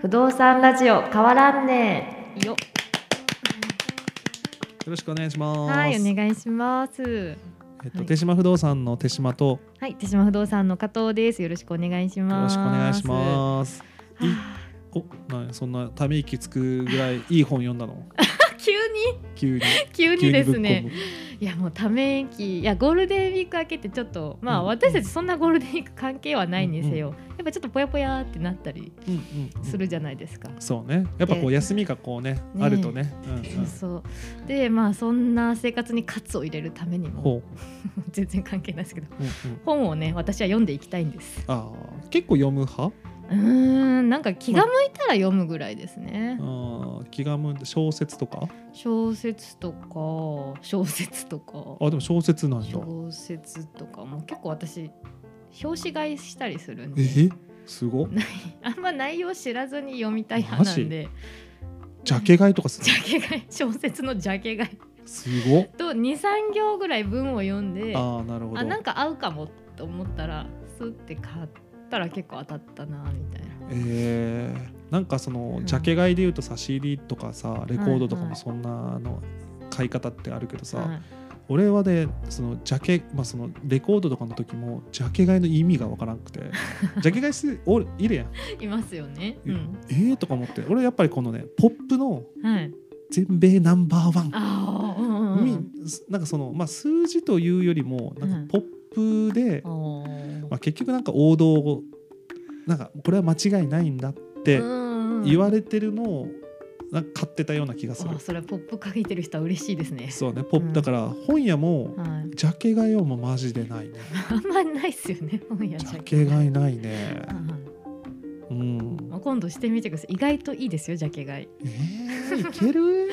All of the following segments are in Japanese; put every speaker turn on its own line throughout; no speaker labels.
不動産ラジオ変わらんねえよ
よろしくお願いします。
はいお願いします
えっと、
はい
手島不動産の手島と、
はい手島不動産の加藤ですよろしくお願いし
よろ
ま
し
す
くお願いします。
はい
お、なんやそんなため息つくぐらいいい本読 んだの。
あ急に
急に。
急にです
急に
ね
ぶっ
いやもうため息いやゴールデンウィーク明けってちょっとまあ、
うん
私たちそんなゴールデンウィーク関係はないんですよ、やっぱちょっとぽやぽやってなったり
込む。うんうん、うん。
するじゃないですか、
そうね。やっぱこう
で
休みがこうね、
ね
あるとね。うん、
そう
う
そうでまあそんな生活にカツを入れるために
ん。
も
ほ
全然関係ないですけど
う。うんうん。
本をね私は読んでいきたいんです
ああ、結構読む派。
うーんなんか気が向いたら読むぐらいですね、
ああ、気が向いて小説とか。
小説とか小説とか
あ、でも小説なんだ。
小説とかも結構私表紙買いしたりするんで
え、すご。
あんま内容知らずに読みたい派なんで
ジャケ買いとかす
ジ
る
ャケ買い小説のジャケ買い
の。すご。
と23行ぐらい文を読んであ
ああ、なるほど。
なんか合うかもと思ったらスッて買ったら結構当たったなみたいな
えーなんかその
うん
ジャケ買いでいうとさ CD とかさレコードとか
はいは
も
い
そんなあの買い方ってあるけどさ、
はい
俺はねそのジャケ、まあ、そのレコードとかの時もジャケ買いの意味がわからなくて ジャケ買いすおるいるやん
いますよねうん
えー、とか思って俺やっぱりこのねポップの
はい
全米ナンバーワン
ああうんうんう
み
ん
なんかその、まあ、数字というよりもなんかポップで、
あー
まあ、結局なんか王道をなんかこれは間違いないんだって、
うんうん
言われてるのをなんか買ってたような気がする
あ。それはポップかけてる人は嬉しいですね。
そうね、ポップ
うん
だから本屋も
はい、
ジャケ買いはもうマジでないね。
あんまないっすよね本屋
ジャ
ジ
ケ
ャ買い
買いないね。
はい
うん
ま。あ、今度してみてください意外といいですよジャケ買い
えー、いける？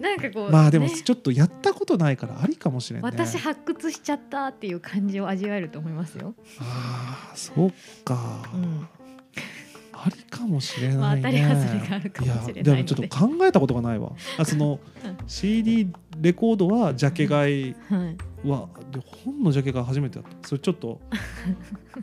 なんかこう
まあでも
ね
ちょっとやったことないからありかもしれない、ね。
私発掘しちゃったっていう感じを味わえると思いますよ、
ああ、そうか。
うん、
ありかもしれないね。
まあ当たり外れがあるかもしれないので
やでもちょっと考えたことがないわ。あその
うん
CD レコードはジャケ買い
はい
はで本のジャケ買い初めてだった。それちょ っと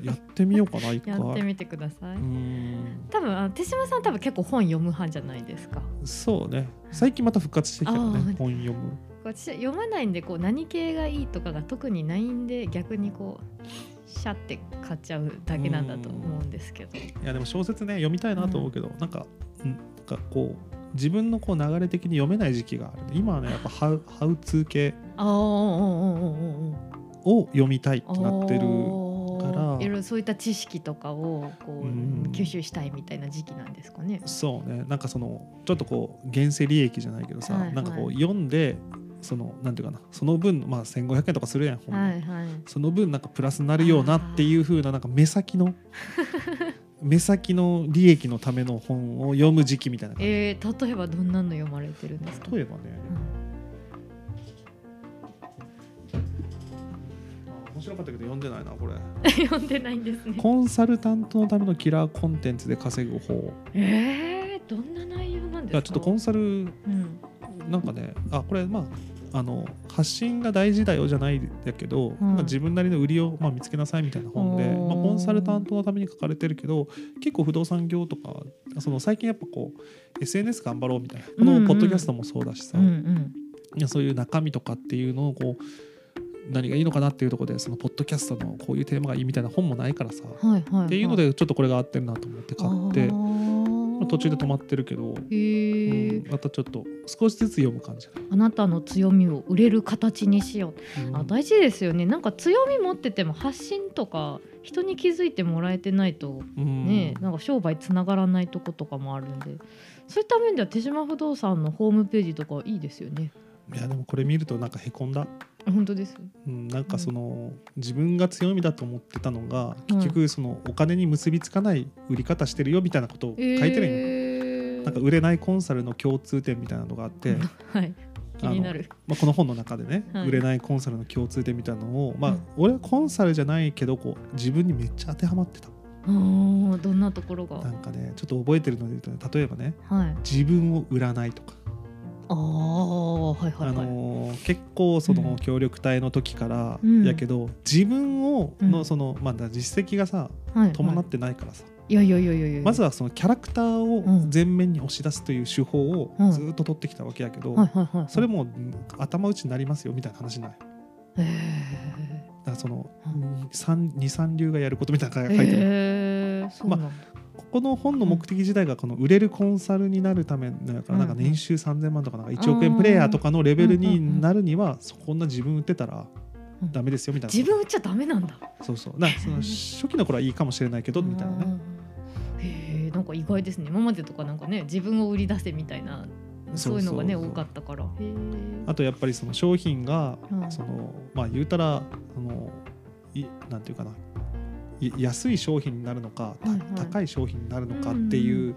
やってみようかな一
や
回。
ってみてください、
うーん
多分あの手島さん多分結構本読む派じゃないですか
そうね最近また復活してきたよ
あ
ね
ー
本読む
私読まないんでこう何系がいいとかが特にないんで逆にこうシャって買っちゃうだけなんだと思うんですけど
いやでも小説ね読みたいなと思うけど、なんかうんなんかこう自分のこう流れ的に読めない時期がある今はね やっぱハウハウツー系
ああうんうんうんうんうん
を読みたいってなってるから
いろいろそういった知識とかをこう
うん
吸収したいみたいな時期なんですかね。
そうねなんかそのちょっとこう現世利益じゃないけどさ、
はいはい
なんかこう読んでそのなんていうかなその分まあ1500円とかするやん本、
はいはい。
その分なんかプラスになるようなっていう風ななんか目先の目先の利益のための本を読む時期みたいな感じ。
えー、例えばどんなの読まれてるんですか。
例えばね、
うん
あ面白かったけど読んでないなこれ。
読んでないんですね。
コンサルタントのためのキラーコンテンツで稼ぐ方。
えー、どんな内容なんで
い
すか。
やちょっとコンサル
うん
なんかね、あこれまああの発信が大事だよじゃないんだけど、
うん
まあ、自分なりの売りをまあ見つけなさいみたいな本で、
おー
まあ、コンサルタントのために書かれてるけど結構不動産業とかその最近やっぱこう SNS 頑張ろうみたいなこ
うんう
の
ん
ポッドキャストもそうだしさ、
うんうん。
いやそういう中身とかっていうのをこう何がいいのかなっていうところでそのポッドキャストのこういうテーマがいいみたいな本もないからさ、
はいはい、はい。
っていうのでちょっとこれが合ってるなと思って買って、まあ途中で止ま
っ。
ってるけど、
へー
うんまたちょっと少しずつ読む感じだ、
あなたの強みを売れる形にしよう。
うん
あ大事ですよね。なんか強み持ってても発信とか人に気づいてもらえてないと
うん
ねなんか商売つながらないとことかもあるんでそういった面では手島不動産のホームページとかいいですよね
いやでもこれ見るとなんかへこんだ、
本当です
うん、なんかその自分が強みだと思ってたのが
うん
結局そのお金に結びつかない売り方してるよみたいなことを書いてるんよ、
えー、
なんか売れないコンサルの共通点みたいなのがあって、
はい気になる
まあ、この本の中でね、
はい
売れないコンサルの共通点みたいなのを、ま
う
あ
ん、
俺はコンサルじゃないけどこう自分にめっちゃ当てはまってた
あーどんなところが
なんかねちょっと覚えてるので言うとね例えばね
はい
自分を売らないとか
ああはいはい
あ
はい。
のー結構そうの
ん
協力隊の時から
うん
やけど、自分を
う
の
ん
その、まあ、実績がさ
はいはい
伴ってないからさ、
いやいやいやいやいや。
まずはそのキャラクター
う
を
ん
前面に押し出すという手法を
うん
ずっと取ってきたわけやけど、
はいはいはいはい。
それもうん頭打ちになりますよみたいな話ないだ
へ
からその
うん
23流がやることみたいなの
え
が書いてある、
へえそうなんだ。
ここの本の目的自体がこの売れるコンサルになるためだからなんか
うんうん
年収3000万とかなんか1億円プレイヤーとかのレベルになるにはそこんな自分売ってたら
うん
ダメですよみたいな
自分売っちゃダメなんだ。
そうそうだからその初期の頃はいいかもしれないけどみたいなね
うん。へえなんか意外ですね。今までとかなんかね自分を売り出せみたいな
そう
そう
そうそう
いうのがね多かったから。へえ。
あとやっぱりその商品が
うん
そのまあ言うたらそのいなんていうかない安い商品になるのか、た
はいはい
高い商品になるのかっていう、
うんう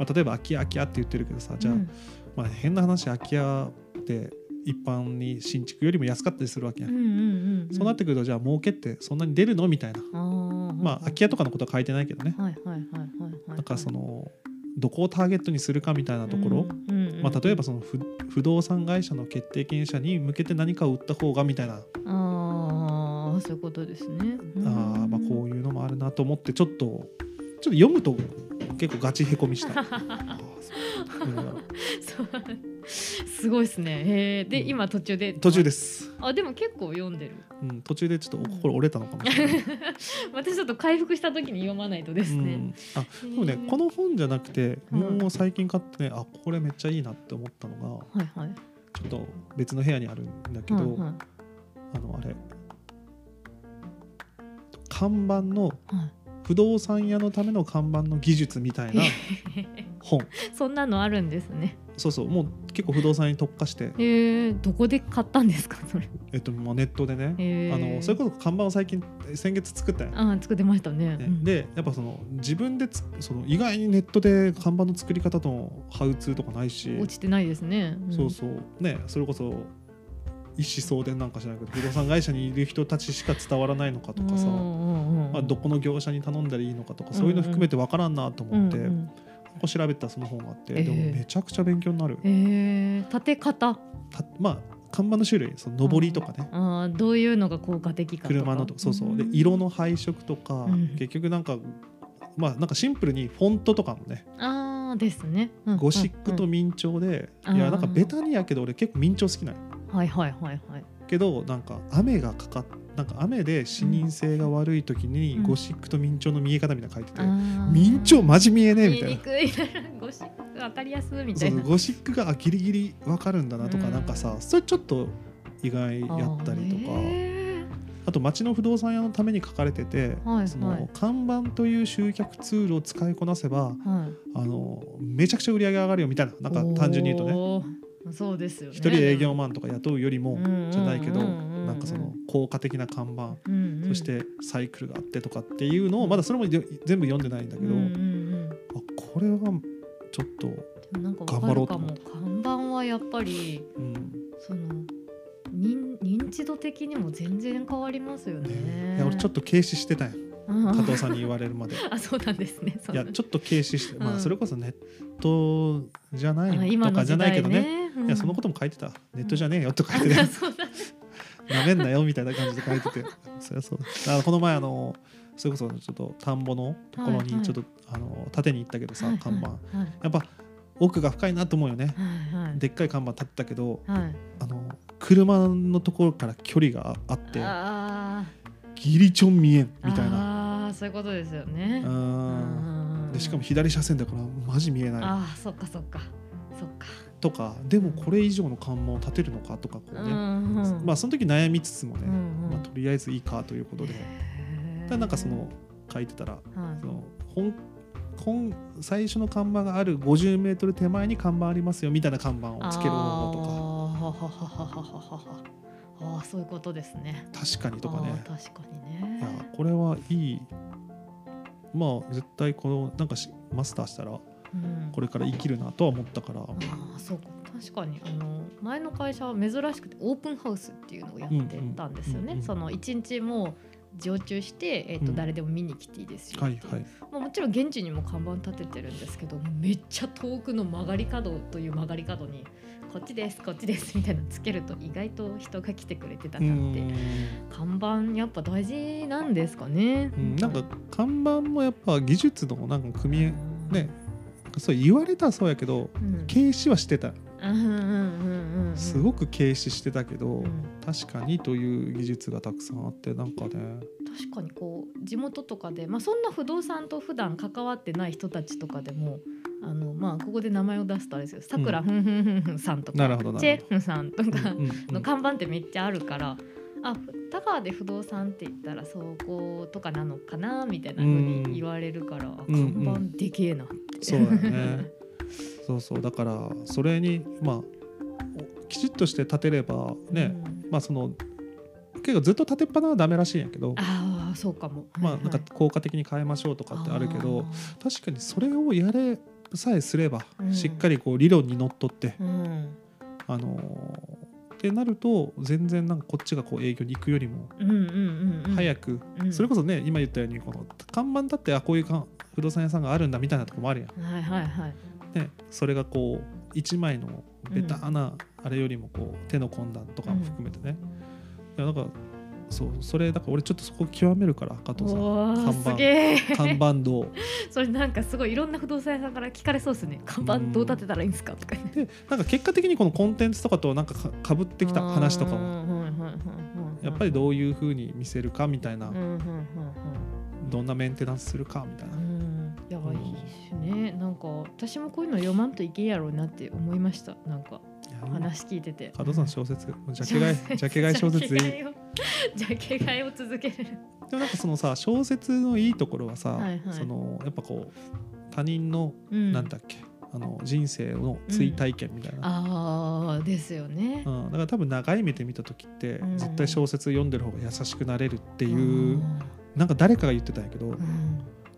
まあ、例えば空き家空き家って言ってるけどさじゃあ、
うん
まあ、変な話空き家って一般に新築よりも安かったりするわけや
うん
ん、
うんうん。
そうなってくるとじゃあ儲けってそんなに出るのみたいな、
あー
まあ空き家とかのことは書いてないけどね、
はいはいはいはいはい。
なんかそのどこをターゲットにするかみたいなところ、
うんうんうん
まあ、例えばその不不動産会社の決定権者に向けて何かを売った方がみたいな、
ああそういうことですね。
あーまあ、こ
う
ういうのもあるなと思ってちょっとちょっと読むと結構ガチへこ みした。あーそうなんだ
ん。そう すごいですね。へえで
うん
今途中で
途中です、
あでも結構読んでる。
うん、途中でちょっと心折れたのかもしれない。
私ちょっと回復した時に読まないとです
う
ね。
ん、あでもね
へー
この本じゃなくて
うん
もう最近買ってねあこれめっちゃいいなって思ったのが
はいはい。
ちょっと別の部屋にあるんだけど、
はいは
あのあれ看板の
いはい
不動産屋のための看板の技術 みたいな本
そんなのあるんですね。
そうそうもう結構不動産に特化して、
へえどこで買ったんですかそれ。
えっと、もうネットでね、
へー
あのそれこそ看板を最近先月作ったんや、
あー作ってましたね。
ね
うん、
でやっぱその自分でつその意外にネットで看板の作り方のハウツーとかないし、
落ちてないですね。ん
そうそうねそれこそ一子相伝なんかじゃないけど不動産会社にいる人たちしか伝わらないのかとかさ、
うんうんうん
まあ、どこの業者に頼んだらいいのかとかそういうの含めて分からんなと思って、
うんうん
ここ調べたらその本があって、
ええ
でもめちゃくちゃ勉強になる、
へえ立て方。
たまあ看板の種類その上りとかね、
あーどういうのが効果的かとか
車のとそうそうで色の配色とか、
うん
結局なんかまあなんかシンプルにフォントとかもね
ああですね、うんうん
ゴシックと
うん
明朝で、
うん
いやなんかベタにやけど俺結構明朝好きなんよ
はいはいはいはい
けどなんか雨がかかっなんか雨で視認性が悪い時に
うん
ゴシックと明朝の見え方みたいなの書いてて、
あー
明朝マジ見えねえ
見
み
え
たい
に
な。
くいゴシックわかりやすいみた
そう
い
そう
な
ゴシックがあギリギリ分かるんだなとか、
うん
なんかさそれちょっと意外やったりとか
あーへ
あと町の不動産屋のために書かれてて、
はいはい
その看板という集客ツールを使いこなせば
ーはい
あのめちゃくちゃ売り上げ上がるよみたいななんか単純に言うとね
とねそうですよね
一人営業マンとか雇うよりも
うん
じゃないけど
うんうんうんうん
なんかその効果的な看板
うんうん
そしてサイクルがあってとかっていうのをまだそれも全部読んでないんだけ
うん
ど、
うんうんで
あこれはちょっと、
もなんかわかるかも看
頑
板はやっぱり
うん
その認認知度的にも全然変わりますよね
いや俺ちょっと軽視してたんや
うん
加藤さんに言われるまで。
あそうなんですねそうな
いや
んです
ちょっと軽視して、ま
う
あ
ん
それこそネットじゃな
あ
い
今
と
の
かじゃ
時
ない
代
けどね。
うん
いやそのことも書いてたネットじゃねえよとか書いて
あ
て
そうなんだ
なめんなよみたいな感じで書いててそりゃそうだだからこの前あのそれこそちょっと田んぼのところ
はいは
に
い
ちょっと、あの縦に行ったけどさ、
はい
看板
はい
やっぱ奥が深いなと思うよね、
はいはい
でっかい看板立ってたけど
はい
あの車のところから距離があって
あ
ギリチョン見えん
ー
みたいな
あーそういうことですよね
う
うんん
でしかも左車線だからマジ見えない
ああそっかそっかそっか
とかでもこれ以上の看板を立てるのかとかこう
う
ね、
んうん
まあその時悩みつつもね、
うんうん
まあ、とりあえずいいかということで、
へー
ただなんかその書いてたら
はい
その本本最初の看板がある 50m 手前に看板ありますよみたいな看板をつけるの
あーははははははははあーそういうことですね
とか確かにとかね
あー確かに
い
ね
やこれはいいまあ絶対このなんかしマスターしたら
うん
これから生きるなとは思ったから、
ああそうか確かにあの前の会社は珍しくてオープンハウスっていうのをやってたんですよね、
うんうんうんうん
その一日もう常駐して、えーと
うん
誰でも見に来ていいですよ
は
っ
い
ていう、
はい
まあ、もちろん現地にも看板立ててるんですけどめっちゃ遠くの曲がり角という曲がり角に「こっちですこっちです」みたいなのつけると意外と人が来てくれてた
う
なって
ん
看板やっぱ大事なんですかね。
うんなんか看板もやっぱ技術のなんか組み合ねそう言われたらそうやけど
うん、
軽視はしてた
うんうんうんうん、
すごく軽視してたけど
うん
確かにという技術がたくさんあってなんかね
確かにこう地元とかで、まあ、そんな不動産と普段関わってない人たちとかでもあの、まあ、ここで名前を出すとあれですよさくらふんふんふんふんさんとか
なるほどな
チ
る
ェフンさんと
ほど
か
うんうんう
の
ん
看板ってめっちゃあるから。あ田川で不動産って言ったらそことかなのかなみたいなふうに言われるから、あ
うんうん
看板でけえなって、
そうだよねそうそうだからそれにまあおきちっとして立てればね、
うん
まあその結構ずっと立てっぱなはダメらしいんやけど
ああそうかも
まあなん
は
か
い
効果的に変えましょうとかってあるけど、
あー
確かにそれをやれさえすれば、
うん
しっかりこう理論にのっとって、
うん
あのーってなると全然なんかこっちがこう営業に行くよりも
うんうんうん、
早く、
うん
それこそね今言ったようにこの看板立ってあこういうか不動産屋さんがあるんだみたいなとこもあるやん。
はいはいはい
ね、それがこう一枚のベタなあれよりもこう手の込んだとかも含めてね、いやなんかそうそれだから俺ちょっとそこ極めるから加藤さん
おー
看板
すげえ
看板どう
それなんかすごいいろんな不動産屋さんから聞かれそうですね看板どう立てたらいいんですかとか言っ
でなんか結果的にこのコンテンツとかとなんかかかぶってきた話とかも
も
やっぱりどういうふうに見せるかみたいな、
うんうんうん
どんなメンテナンスするかみたい
うんう
な、
んやばいですねなんか私もこういうの読まんといけんやろうなって思いましたなんか
いや
話聞いてて
加藤 さん小説もうジャケ買いジャケ買い小説でいいで
ジャケ買いを続ける
もなんかそのさ小説のいいところはさ、
はいはい
そのやっぱこう他人のなんだっけ、あの人生の追体験みたいな、
ああですよね
うんだから多分長い目で見た時って、
うん
絶対小説読んでる方が優しくなれるっていう、
うん
なんか誰かが言ってたんやけど、
うん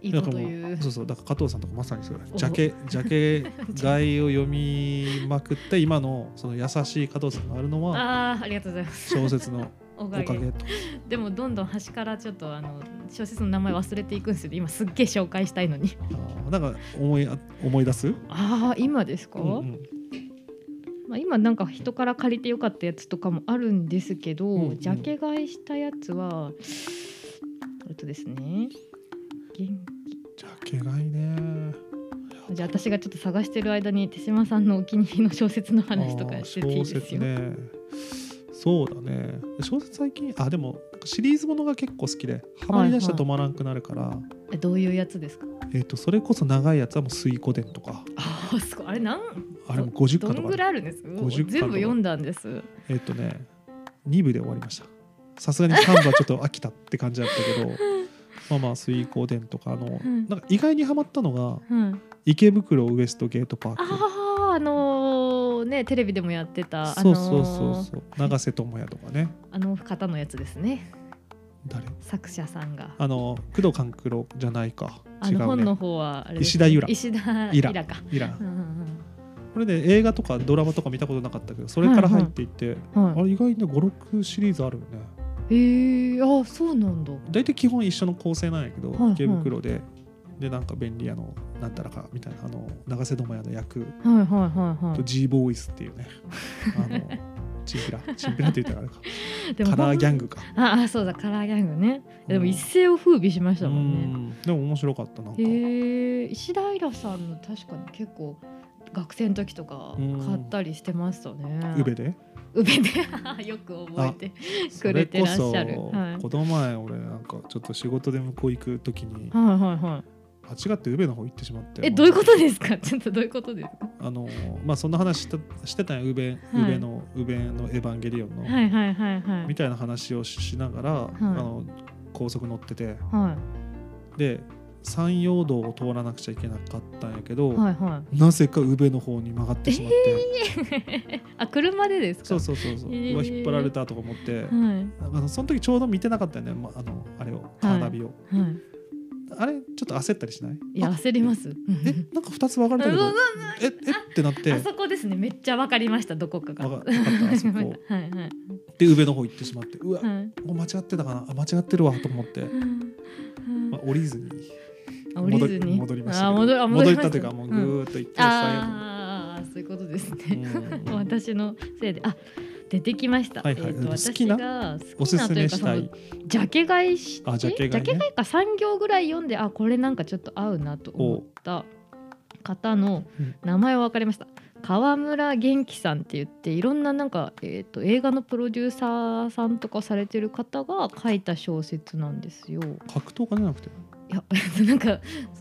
いい
な
こ
んか
と
も
言う
そうそうだから加藤さんとかまさにそれ
お
ジャケジャケ買いを読みまくって今のその優しい加藤さんがあるのは
ああありがとうございます
小説の
お
お
か
か
げ
げと。
でもどんどん端からちょっとあの小説の名前忘れていくんですよね今すっげえ紹介したいのに
あーなんか思いあ思い出す、
ああ今ですか、
うんうん
まあ、今なんか人から借りてよかったやつとかもあるんですけど、
うんうん
ジャケ買いしたやつはえっとですね元
ジャケ買いね
気じゃあ私がちょっと探してる間に手島さんのお気に入りの小説の話とか
あー
してていいですよ、
小説ねそうだね小説最近あでもシリーズものが結構好きでハマりだしたら止まらなくなるから、
えどういうやつですか
えー、とそれこそ長いやつはもう「水湖伝」とか
ああすごいあれなん
あれも50
ど
巻と
んぐ
かね
らいあるんですうわ
50巻とか
全部読んだんです
えっ、とね2部で終わりましたさすがに3部はちょっと飽きたって感じだったけど まあまあ「水湖伝」とかあの、
ん
なんか意外にハマったのが
うん
池袋ウエストゲートパーク
あああのーねテレビでもやってた、あ
そ
のー
うそうそうそう永瀬智也とかね
あの方のやつですね
誰
作者さんが
あの工藤官九郎じゃないか
あ
違
の
う
本の
ね
方はあれ
石田ゆら
石田
イ
イ
ラ
ラか、
いらん
うんうん
これね映画とかドラマとか見たことなかったけどそれから入っていって、
うんはい、
あれ意外に56シリーズあるよね
えー、あそうなんだ
大体基本一緒の構成なんやけど、
はいはい
池袋ででなんか便利屋のなんたらかみたいなあの永瀬智也の役
はいはいはいは
と G ボーイスっていうね、 あのチンピラチンピラって言ったらあれか
いで
カラーギャン
グ
グか
ああそうだカラーギャングね
うん
でも一世を風靡しましたもんね、
うんでも面白かったなんか、
えー、石田イラさんの確かに結構学生の時とか
うん
買ったりしてましたね、
宇部で
うべで よく覚えてくれてらっしゃる
それこそ、
はい
この前俺なんかちょっと仕事で向こう行く時に
はいはいはい
間違って宇部の方行ってしまって
えどういうことですかちょっとどういうことですか
あのまあそんな話したしてたんやウベウベのウベのエヴァンゲリオンの、
はいはいはいはい
みたいな話をしながら、あの高速乗ってて
は
で山陽道を通らなくちゃいけなかったんやけど、
いはいは
なぜかウベの方に曲がってしまって、
い あ車でですか
そうそうそうそう、
えー
うわ引っ張られたとか思っ
は
て、
い
なんかその時ちょうど見てなかったよね、まあのあれをカーナビを、
はい
あれちょっと焦ったりしない
いや
あ
焦ります
えなんか2つ分かれたけどええってなっ
うん
て
あそこですねめっちゃわかりましたどこかが
わかわかったあそこ
はいはい
で上の方行ってしまってうわ、
はい
もう間違ってたかなあ間違ってるわと思って、
うん
まあ、降りずに
あ降りずに
戻り戻りましたけど
あ戻あ
戻
戻り
っ
ました
というかもうぐーっと行って最後
ああそういうことです
う
ね。
ん
私のせいであ出てきました。
はいはい
えーと
好
私
きな
が好
お
き
す
な
す
という
め
か
し
そ
た
の
い
ジャケ買いして
あジャケ買いね
ジャか3行ぐらい読んであこれなんかちょっと合うなと思った方の
うん
名前は分かりました。川村元気さんって言っていろんななんか、えー、と映画のプロデューサーさんとかされてる方が書いた小説なんですよ。
格闘家じゃなくて
いや なんか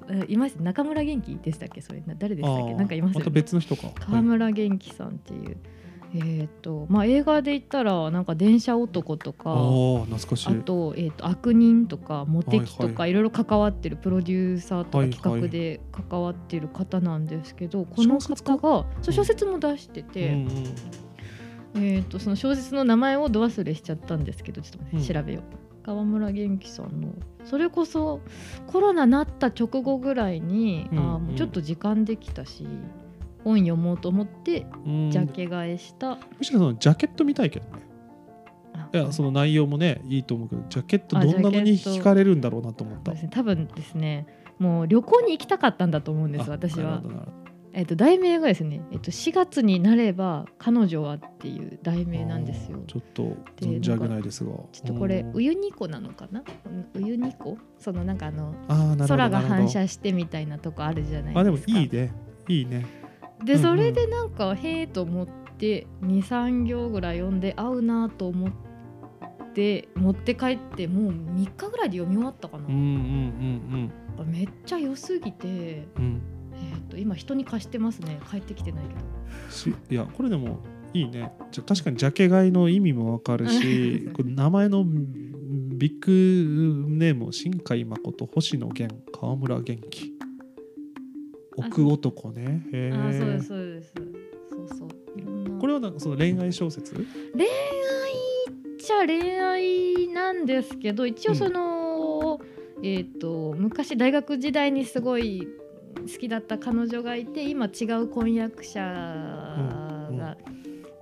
えいます中村元気でしたっけそれな誰でしたっけ
ー
なんかいますよ
ま
ね
た別の人か
川村元気さんっていう、えーっとまあ映画で言ったらなんか電車男と
あ
か
あー懐かしい
あと,、えーっと悪人とかモテキと
はい
か
はい
いろいろ関わってるプロデューサーと
はいは
か
い
企画で関わってる方なんですけど、この
小説家
方がそう小説も出して
うん
て、
うん
えーっとその小説の名前をど忘れしちゃったんですけどちょっと待って
うん
調べよう。川村元気さんのそれこそコロナなった直後ぐらいに、
うん
あーもうちょっと時間できたし本読もうと思って
うん
ジャケ買いした。
むしろそのジャケット見たいけどねいやその内容もねいいと思うけどジャケット
あ
どんなのに
ジャケット
惹かれるんだろうなと思っ
そ
た
うですね多分ですね、もう旅行に行きたかったんだと思うんです、
あ
私
なる
は
ほ。どなるほ
えっと題名がですね、えっと4月になれば彼女はっていう題
ど
名なんですよ
あー。ちょっと存じ上げないですが
ちょっとこれ
うん
ウユニ湖なのかな？ウユニ湖？そのなんかあの
あーなるほど
空が
なるほ
反
ど
射してみたいなとこあるじゃないですか。
あでもいいねいいね
で
うん
それでなんかへえと思って23行ぐらい読んで合うなと思って持って帰ってもう3日ぐらいで読み終わったかな
うん、うん
めっちゃ良すぎて、え
うんうんうん
ー、と今人に貸してますね帰ってきてないけど
しいやこれでもいいねじゃ確かにジャケ買いの意味もわかる しこれ名前のビッグネーム新海誠星野源川村元気奥男ねへ
ああそうで
え
すそうですそうそういろんな
これはなんかその恋愛小説
じゃあ恋愛なんですけど一応その、えっ、と昔大学時代にすごい好きだった彼女がいて今違う婚約者
うん
が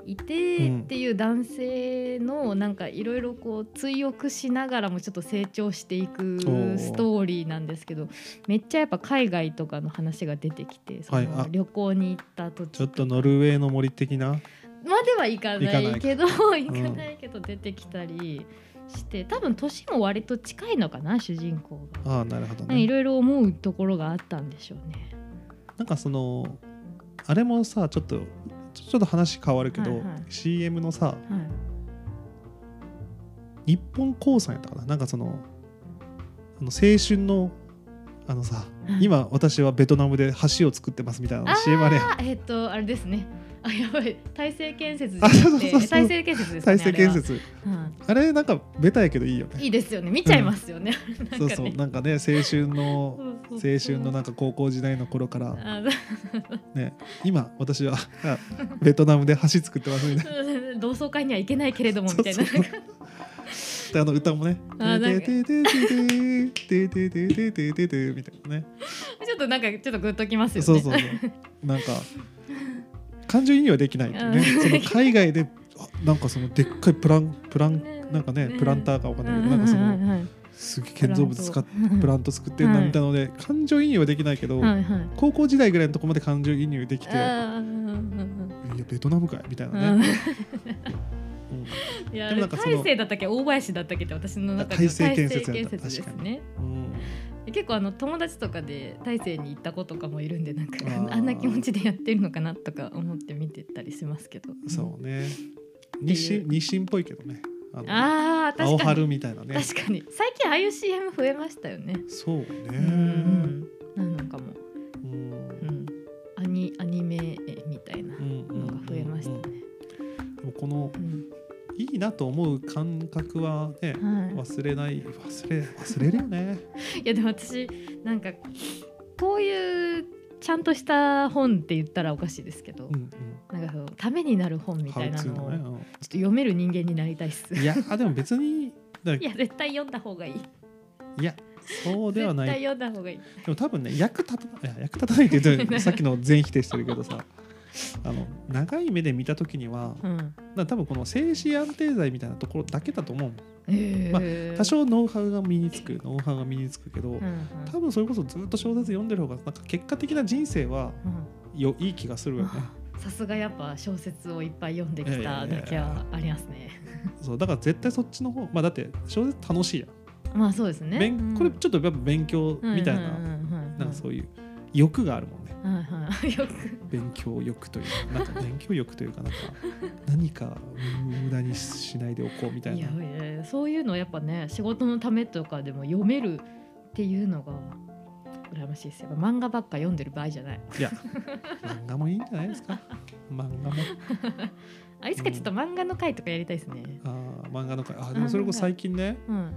い
うん
てっていう男性のなんかいろいろこう追憶しながらもちょっと成長していく
ー
ストーリーなんですけどめっちゃやっぱ海外とかの話が出てきてそ
はいあ
の旅行に行った途
ちょ
中
っとノルウェーの森的な
まではいか
いかな
ないいけど行
うん
かないけど出てきたりして、多分年も割と近いのかな主人公が。
ああなるほど
なんかい
ね
ろいろ思うところがあったんでしょうね。
なんかそのあれもさちょっとちょっと話変わるけど、
はいはい
CM のさ
はい、
日本興産やったかななんかそのあの青春のあのさ
うん
今私はベトナムで橋を作ってますみたいなの CM あれやん
あえっ、とあれですね。あやばい大成建設じゃ
あ
なくて
そうそうそうそう
大成建設ですね。
大成建
あれは、
設あれなんかベタやけどいいよ
うん
ね
いいですよね見ちゃいますよね。なんかね
そうそうなんかね青春の
そう
青
そう
春のなんか高校時代の頃から
あ
ね今私はあベトナムで橋作ってますみたい
そう同窓会には行けないけれどもみたいな
そうそうなであの歌もね「
あなんか
ててててててててててて」みたいなね
ちょっとなんかちょっとグッときますよね。
そうそうそうなんか感情移入はできないっていうね
うん
その海外であなんかそのでっかいプランプランなんかねプランターかわかんないけどなんかそ
はい
の
はいはい
すげえ建造物使ってプラント作ってん
う
なんみたいなので感情移入はできないけど
はいはい。
高校時代ぐらいのとこまで感情移入できてい
あ
や
ーうんうん
ベトナムかいみたい
うん
な
うん
ねうん
いやあ
でもな
れ
んかその
大勢だったっけ大林だったっけって私の中で
大成建設
大成
や
建
った
設です
確か
ね
うん
結構あの友達とかで大勢に行った子とかもいるんでなんか
あ ー
あんな気持ちでやってるのかなとか思って見てたりしますけど
そうね日清日清っぽいけどねあの
あー確か
青
に
春みたいなね
確かに最近ああいう CM 増えましたよね
そうね
うんなんなんかも
うん
う、うん、アニアニメみたいな
うんう
の
ん
が増えましたね
うんでもこの
うん
いいなと思う感覚はね
はい
忘れない忘れ忘れるよね。
いやでも私なんかこういうちゃんとした本って言ったらおかしいですけど、
うん
なんかそのためになる本
うん。
みたいな
How to
のをちょっ
ね
と読める人間になりたいっ す
うん。いやあでも別にだ
いや絶対読んだ方がいい
いやそうではな
絶
い。
対読んだ方がいい
でも多分ね役立たないいや役立たないって言ってさっきの全否定してるけどさあの長い目で見た時には
うん
だから多分この精神安定剤みたいなところだけだと思う
え
ま
ー
多少ノウハウが身につくノウハウが身につくけど
うんうん
多分それこそずっと小説読んでる方がなんか結果的な人生は
うん
よいい気がするよね
さすがやっぱ小説をいっぱい読んできただけはありますね。
そうだから絶対そっちの方まあだって小説楽しいやん
まあそうですね。
勉これちょっとやっぱ勉強みたい
うん
な
うんうんうん
なんかそういう欲があるもんね
はいはい よく
勉強欲というかな んか勉強欲というかなんか何か無駄にしないでおこうみたい
いや
ない
やそういうのやっぱね仕事のためとかでも読めるっていうのが羨ましいですよ漫画ばっか読んでる場合じゃない
いや漫画もいいんじゃないですか漫画も
あいつかちょっと漫画の回とかやりたいですね
あー漫画の会あでもそれこそ最近ね
うん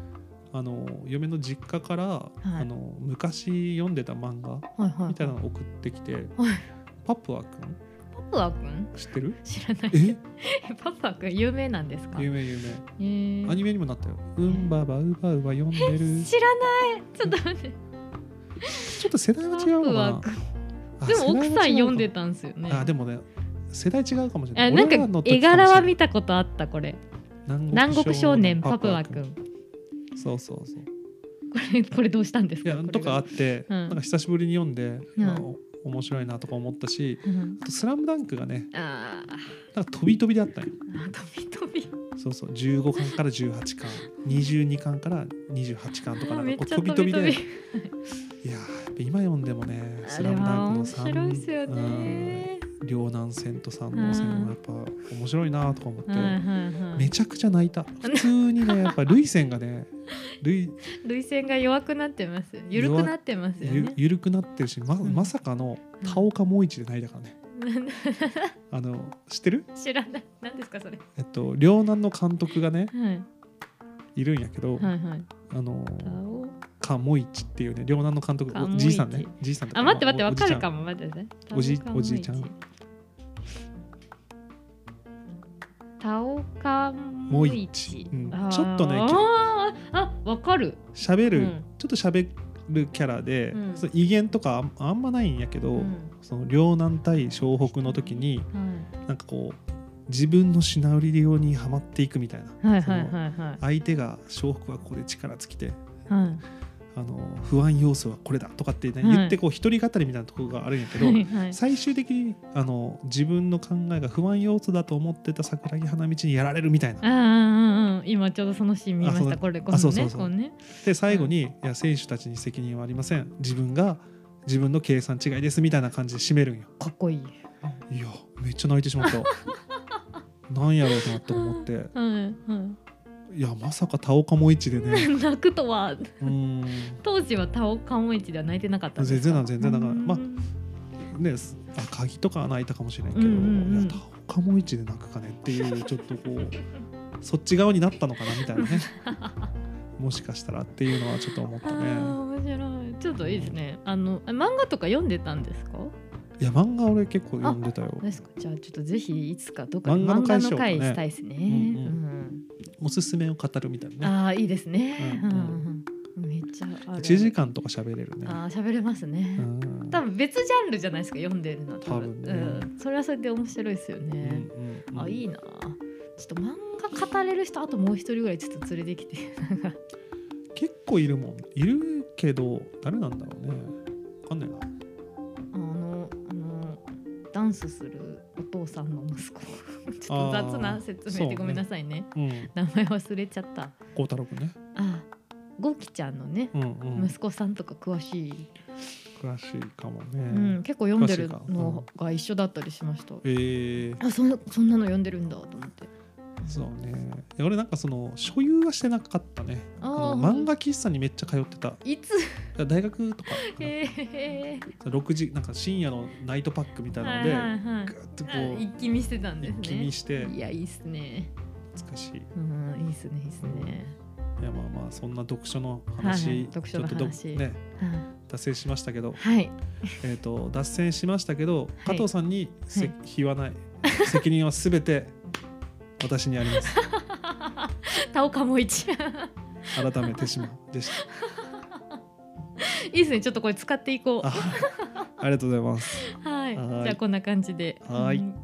あの嫁の実家から、あの昔読んでた漫画
はいはい
みたいなの送ってきて、パプア君
パプアくん
知ってる
知らない
え
パプアくん有名なんですか
有名有
え
名
ー
アニメにもなったよ「うんばばうばうば」読んでる
知らないちょっと待って
ちょっと世代が違うのか
パプ
な
でも奥さん読んで
た
たんですよね
あでもね世代違うかもしれな
あ
い
なん
俺ら
か
の時
絵柄は
もし
見たことあったこれ
れない
南国少年パプア
く
くん
んそうそうそう
これこれどうしたんです
い
か
や
これ
とかあって、
うん
なんか久しぶりに読んで、
うん
まあお面白いなとか思ったし
うん
あと「スラムダンクがね
あー
なんか飛び飛びだったんよ
あ飛び飛び
そうそう15巻から18巻22巻から28巻 とかなん
め
か
っ
こう
ちゃ
飛
飛び
び飛
飛
び
び
でいやーやっぱ今読んでもね「
あ
ス
れ
ラムダ
は
ンクの
面白いですよ
3
ね。
両南戦と三能戦もやっぱ面白いなとか思って、
はいはいは
め
い。
ちゃくちゃ泣い た普通にねやっぱ涙腺がね涙
涙腺が弱くなってます。ゆるくなってますよ
ゆ
ね。
ゆるくなってるしま
うん
まさかの
うん
田岡もう一で泣いたからねあの知ってる
知らない。何ですかそれ。
えっと両南の監督がね
はい
いるんやけど、
はいはい。
あの
顔
カモイチっていうね両南の監督
カモイ
お
チ
じいさんねじいさんとか
あ待って待ってわかるか
も
も待ってください。
おじ
田岡
おじいちゃん
萌一。タオカ
も
モ
う
イ
一
チ
う。んちょっとね
あーあわかる。
喋る、
うん
ちょっと喋るキャラで、
うん
その威厳とかあんあんまないんやけど、
うん
その両南対湘北の時に
は
なんかこう自分のシナリオにはまっていくみたいな、
いはいはい
その
はいは
相手が湘北はここで力尽きて
いはい。
あの不安要素はこれだとかって、ね
はい
言ってこう一人語りみたいなところがあるんやけど、
はいはい
最終的にあの自分の考えが不安要素だと思ってた桜木花道にやられるみたいな
ああうんうんうん今ちょうどそのシーン見ま
あそ
し
うだ
たこれこそ
あそうそ
ね
うそう
こうね
で最後に、いや選手たちに責任はありません自分が自分の計算違いですみたいな感じで締めるんよ
かっこいい
いやめっちゃ泣いてしまった なんやろうなと思って
うん
いやまさか田岡も一で
う
ね
ん泣くとは
うーん
当時はタオカモイチでは泣いてなかったんですか
全然な全然なかったまあ
うん
ねすあ鍵とかは泣いたかもしれないけど、
うんうんうん
いや田岡も一で泣くかねっ ていうちょっとこうそっち側になったのかなみたいなねもしかしたらっていうのはちょっと思っ
あ
たね
ー面白いちょっといいですねあのあ漫画とか読んでたんですか
いや漫画俺結構読んでたよ
ですかじゃあちょっとぜひいつかどっかで
漫画の
漫
会
画
しよ
の
うかね
会したいですね、
んう
うん
おすすめを語るみたいなね
ああいいですね、
う
うんん
う
うんめっちゃある
1時間とか喋れるね
ああ喋れますね、
うん
多分別ジャンルじゃないですか読んでるのは
多分ね
うん、それはそれで面白いですよ
うん
ね、
うんうん
あいいなちょっと漫画語れる人あともう一人ぐらいちょっと連れてきて
結構いるもんいるけど誰なんだろうねわかんないな
あのあのダンスするお父さんの息子 ちょっと
あー
雑な説
そ
明
うね
でごめんなさいね
うん
名前忘れちゃったあ
孝太郎くんね
あゴキちゃんのね
うんうん
息子さんとか詳しい、
詳しいかも
う
ね、
ん、結構読んでる
詳しいか
のが一緒だったりしました、
えー、
あそんなそんなの読んでるんだと思って
そうねいや俺なんかその所有はしてなかったね
あ
あ
ー
の漫画喫茶にめっちゃ通ってた
いつ
大学とか
へえ
6時なんか深夜のナイトパックみたいなので、
はいはいはい
グッとこ
あ一気見してたん
う
です
一
ね。
気見して
いやいいっすね。
懐かしい
うんいいっすねいいっすね。
いやまあまあそんな読書の
はいは
話
い読書の
ちょっとど
話
ね
うん
脱線しましたけど
はい。
えー、と脱線しましたけど、加
はい
藤さんにせ、
はい
日はない責任はすべて 私にあります
タオカモイチ。い
改めてしまうでした
いっすねちょっとこれ使っていこ
あありがとうございます
う。は
はい、
はい
じゃあこんな感じで。
はい
うん